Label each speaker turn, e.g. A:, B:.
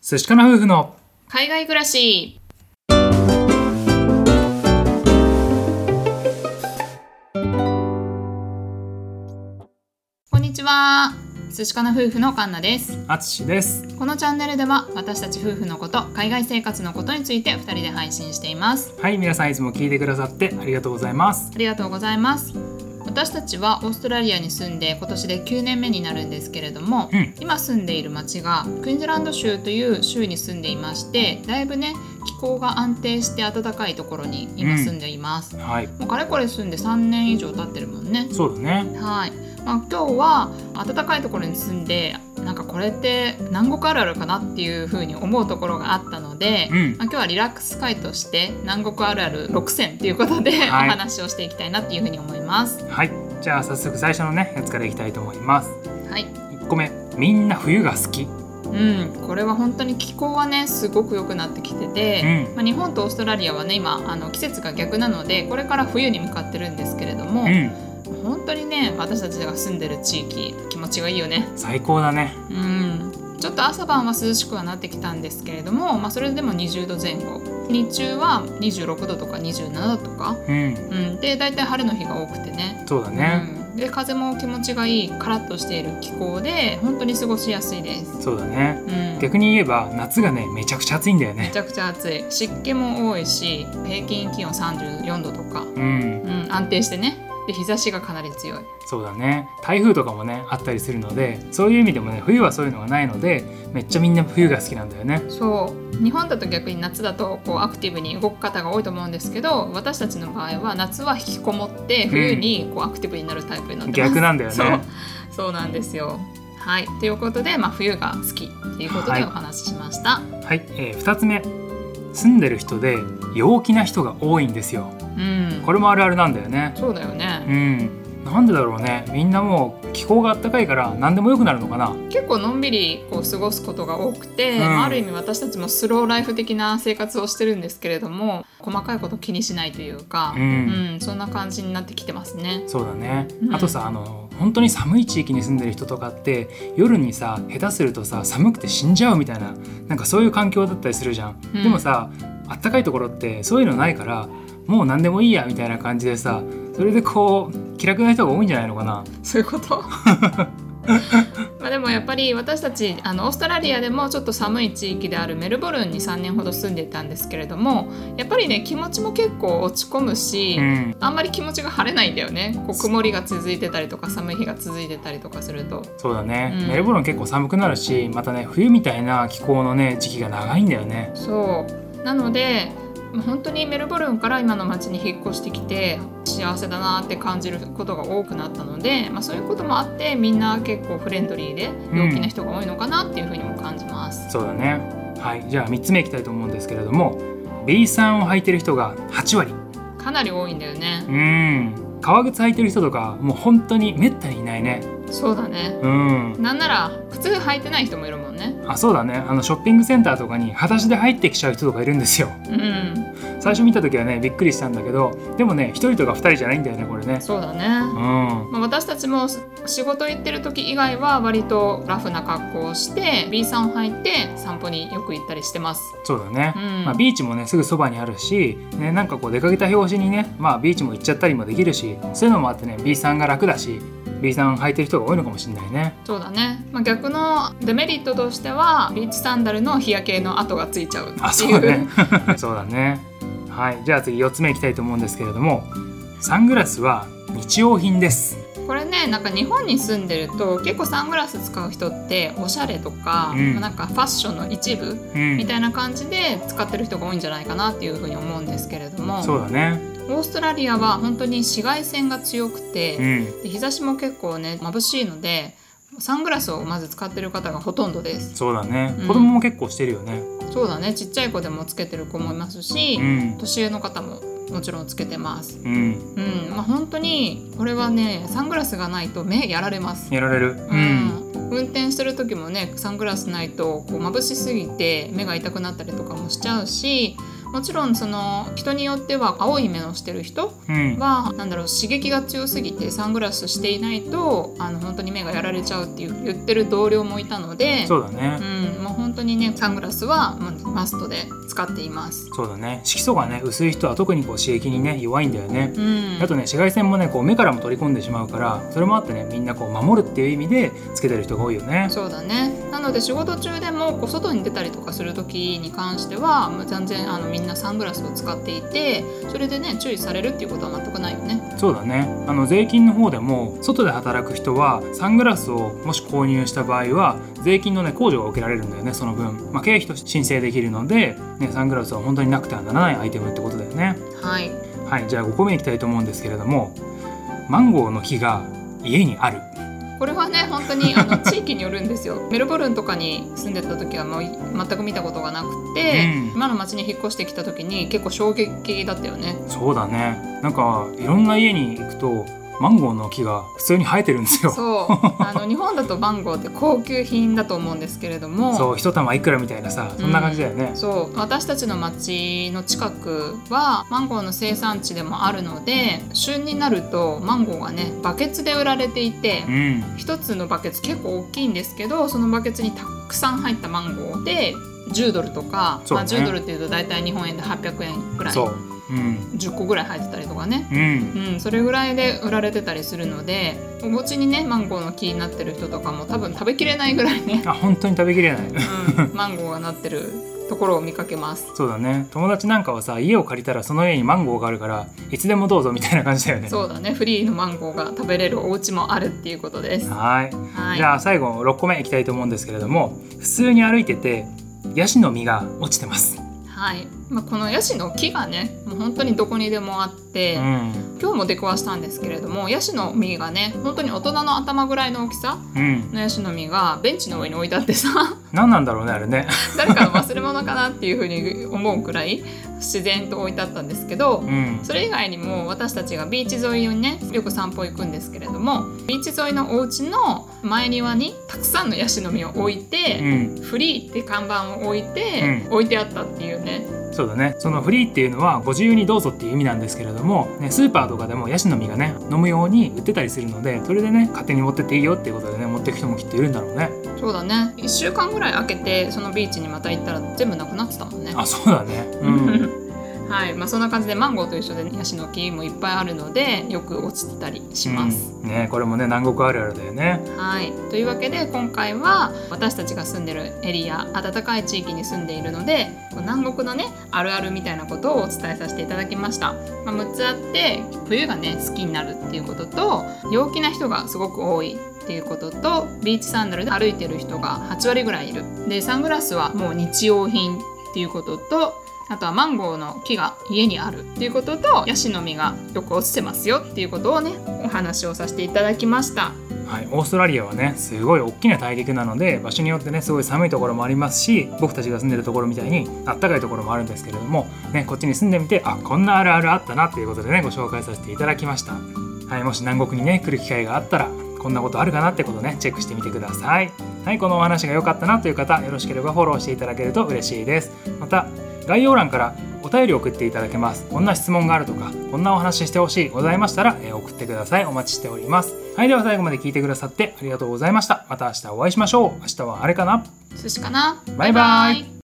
A: 寿司かな夫婦の
B: 海外暮らしこんにちは寿司かな夫婦のカンナです
A: あつしです
B: このチャンネルでは私たち夫婦のこと海外生活のことについて2人で配信しています
A: はい皆さんいつも聞いてくださってありがとうございます
B: ありがとうございます私たちはオーストラリアに住んで今年で9年目になるんですけれども、
A: うん
B: 今住んでいる町がクイーンズランド州という州に住んでいましてだいぶね気候が安定して暖かいところに今住んでいます、
A: はい
B: もうかれこれ住んで3年以上経ってるもんね
A: そうだね
B: はい、まあ、今日は暖かいところに住んでなんかこれって南国あるあるかなっていうふうに思うところがあったので、
A: うん
B: まあ、今日はリラックス会として南国あるある6選ということで、
A: はい
B: お話をしていきたいなっていうふうに思います。
A: はいじゃあ早速最初のねやつからいきたいと思います
B: はい、
A: 1個目みんな冬が好き
B: うん、これは本当に気候はねすごく良くなってきてて、
A: うん
B: まあ、日本とオーストラリアはね今あの季節が逆なのでこれから冬に向かってるんですけれども、
A: うん
B: 本当にね私たちが住んでる地域気持ちがいいよね。
A: 最高だね
B: うんちょっと朝晩は涼しくはなってきたんですけれども、まあ、それでも20度前後日中は26度とか27度とか、
A: うん
B: うん、で大体晴れの日が多くてね
A: そうだね、
B: うん、で風も気持ちがいいカラッとしている気候で本当に過ごしやすいです、
A: そうだね
B: うん、
A: 逆に言えば夏がねめちゃくちゃ暑いんだよ
B: め
A: ね
B: ちゃくちゃ暑い湿気も多いし平均気温34度とか、
A: うん
B: うん、安定してねで日差しがかなり強い
A: そうだね台風とかもねあったりするのでそういう意味でもね冬はそういうのがないのでめっちゃみんな冬が好きなんだよね
B: そう日本だと逆に夏だとこうアクティブに動く方が多いと思うんですけど私たちの場合は夏は引きこもって冬にこうアクティブになるタイプになってます、
A: 逆なんだよね
B: そうそうなんですよはいということで、まあ、冬が好きっていうこと
A: はい
B: でお話ししました、
A: はい、え2つ目住んでる人で陽気な人が多いんですよ
B: うん
A: これもあるあるなんだよね
B: そうだよ
A: う
B: ね
A: んなんでだろうねみんなもう気候があったかいから何でも良くなるのかな
B: 結構のんびりこう過ごすことが多くて、
A: うん
B: まあ、ある意味私たちもスローライフ的な生活をしてるんですけれども細かいこと気にしないというか、
A: うん
B: うんそんな感じになってきてますね。
A: そうだね
B: うん
A: あとさあの本当に寒い地域に住んでる人とかって夜にさ下手するとさ寒くて死んじゃうみたいななんかそういう環境だったりするじゃん、
B: うん
A: でもさあったかいところってそういうのないからもう何でもいいやみたいな感じでさそれでこう気楽な人が多いんじゃないのかな
B: そういうこと まあでもやっぱり私たちあのオーストラリアでもちょっと寒い地域であるメルボルンに3年ほど住んでいたんですけれどもやっぱりね気持ちも結構落ち込むし、
A: うん
B: あんまり気持ちが晴れないんだよねこう曇りが続いてたりとか寒い日が続いてたりとかすると
A: そうだね、
B: うん
A: メルボルン結構寒くなるしまたね冬みたいな気候のね時期が長いんだよね
B: そうなのでまあ本当にメルボルンから今の町に引っ越してきて幸せだなって感じることが多くなったので、まあ、そういうこともあってみんな結構フレンドリーで陽気な人が多いのかなっていうふうにも感じます。
A: そうだねはいじゃあ3つ目いきたいと思うんですけれども B さんを履いてる人が8割
B: かなり多いんだよね
A: うん革靴履いてる人とかもう本当にめったにいないね
B: そうだね
A: うん
B: なんなら靴履いてない人もいるもんね
A: あそうだねあのショッピングセンターとかに裸足で入ってきちゃう人とかいるんですよ
B: うん
A: 最初見た時はねびっくりしたんだけどでもね1人とか2人じゃないんだよねこれね
B: そうだね、
A: うん
B: まあ、私たちも仕事行ってる時以外は割とラフな格好をして B さんを履いて散歩によく行ったりしてます
A: そうだね、
B: うん
A: まあ、ビーチもねすぐそばにあるし、ね、なんかこう出かけた拍子にね、まあ、ビーチも行っちゃったりもできるしそういうのもあってね B さんが楽だし B さん履いてる人が多いのかもしれないね
B: そうだね、まあ、逆のデメリットとしてはビーチサンダルの日焼けの跡がついちゃうっていう
A: あそうね そうだねはいじゃあ次4つ目いきたいと思うんですけれどもサングラスは日用品です
B: これねなんか日本に住んでると結構サングラス使う人っておしゃれとか、
A: うん
B: まあなんかファッションの一部
A: うん
B: みたいな感じで使ってる人が多いんじゃないかなっていうふうに思うんですけれども
A: そうだね
B: オーストラリアは本当に紫外線が強く
A: う
B: て、
A: ん
B: で日差しも結構ね眩しいのでサングラスをまず使ってる方がほとんどです
A: そうだね、
B: うん
A: 子供も結構してるよね
B: そうだねちっちゃい子でもつけてる子もいますし、
A: うん
B: 年上の方ももちろんつけてます
A: うん
B: うんまあ本当にこれはねサングラスがないと目やられます
A: やられるう
B: うん
A: ん、
B: 運転してる時もねサングラスないとこう眩しすぎて目が痛くなったりとかもしちゃうしもちろんその人によっては青い目のしてる人
A: うん
B: はなんだろう刺激が強すぎてサングラスしていないとあの本当に目がやられちゃうっていう言ってる同僚もいたので
A: そうだね、
B: うん、もう本当にねサングラスはもうマストで使っています。
A: そうだね色素がね薄い人は特にこう刺激にね弱いんだよね
B: うん、
A: あとね紫外線もねこう目からも取り込んでしまうからそれもあってねみんなこう守るっていう意味でつけてる人が多いよね
B: そうだねなので仕事中でもこう外に出たりとかする時に関してはもう全然あのみんなサングラスを使っていてそれでね注意されるっていうことは全くないよね。
A: そうだねあの税金の方でも外で働く人はサングラスをもし購入した場合は税金のね控除が受けられるんだよねその分、まあ、経費として申請できるので、ね、サングラスは本当になくてはならないアイテムってことだよね
B: はい、
A: はいじゃあ5個目いきたいと思うんですけれどもマンゴーの木が家にある
B: これはね本当にあ の地域によるんですよメルボルンとかに住んでた時はもうい全く見たことがなくて、
A: うん
B: 今の町に引っ越してきた時に結構衝撃だったよね。
A: そうだねなんかいろんな家に行くとマンゴーの木が普通に生えてるんですよそう
B: そうあの日本だとマンゴーって高級品だと思うんですけれど も
A: 一玉いくらみたいなさそんな感じだよね、
B: そう私たちの町の近くはマンゴーの生産地でもあるので旬になるとマンゴーがねバケツで売られていて
A: うん、
B: 一つのバケツ結構大きいんですけどそのバケツにたくさん入ったマンゴーで10ドルとか、
A: そう
B: まあ、
A: ね
B: 10ドルっていうと大体日本円で800円ぐらい
A: そう
B: 10
A: うん
B: 個ぐらい入ってたりとかね。
A: うん
B: うん、それぐらいで売られてたりするのでお餅にねマンゴーの木になってる人とかも多分食べきれないぐら いね、
A: あ本当に食べきれない
B: うん、マンゴーがなってるところを見かけます。
A: そうだね友達なんかはさ家を借りたらその家にマンゴーがあるからいつでもどうぞみたいな感じだよね
B: そうだね、フリーのマンゴーが食べれるお家もあるっていうことです。
A: はい
B: はい。
A: じゃあ最後6個目いきたいと思うんですけれども普通に歩いててヤシの実が落ちてます、
B: はい。まあ、このヤシの木がね、もう本当にどこにでもあって、
A: うん
B: 今日も出くわしたんですけれども、ヤシの実がね、本当に大人の頭ぐらいの大きさ
A: うん、
B: のヤシの実がベンチの上に置いてあってさ、
A: 何なんだろうねあれね
B: 誰かの忘れ物かなっていうふうに思うくらい自然と置いてあったんですけど、
A: うん
B: それ以外にも私たちがビーチ沿いにねよく散歩行くんですけれどもビーチ沿いのお家の前庭にたくさんのヤシの実を置いて、
A: うん
B: フリーって看板を置いて、
A: う
B: 置いてあったっていうね
A: そうだねそのフリーっていうのはご自由にどうぞっていう意味なんですけれども、ね、スーパーとかでもヤシの実がね飲むように売ってたりするのでそれでね勝手に持ってっていいよっていうことでね持ってく人もきっといるんだろうね
B: そうだね1週間ぐらい空けてそのビーチにまた行ったら全部なくなってたもんね
A: あそうだねうん
B: はいまあ、そんな感じでマンゴーと一緒でヤシの木もいっぱいあるのでよく落ちてたりします。
A: うんねこれもね南国あるあるだよね
B: はい、というわけで今回は私たちが住んでるエリア暖かい地域に住んでいるのでこう南国のねあるあるみたいなことをお伝えさせていただきました、まあ、6つあって冬がね好きになるっていうことと陽気な人がすごく多いっていうこととビーチサンダルで歩いてる人が8割ぐらいいるでサングラスはもう日用品っていうこととあとはマンゴーの木が家にあるっていうこととヤシの実がよく落ちてますよっていうことをねお話をさせていただきました。
A: はい、オーストラリアはねすごい大きな大陸なので場所によってねすごい寒いところもありますし僕たちが住んでるところみたいにあったかいところもあるんですけれども、ね、こっちに住んでみてあこんなあるあるあったなということでねご紹介させていただきました、はい、もし南国にね来る機会があったらこんなことあるかなってことねチェックしてみてください、はい、このお話が良かったなという方よろしければフォローしていただけると嬉しいですまた概要欄からお便りを送っていただけますこんな質問があるとかこんなお話ししてほしいございましたら、えー送ってくださいお待ちしておりますはいでは最後まで聞いてくださってありがとうございましたまた明日お会いしましょう明日はあれかな
B: 寿司かな
A: バイバイ
B: イ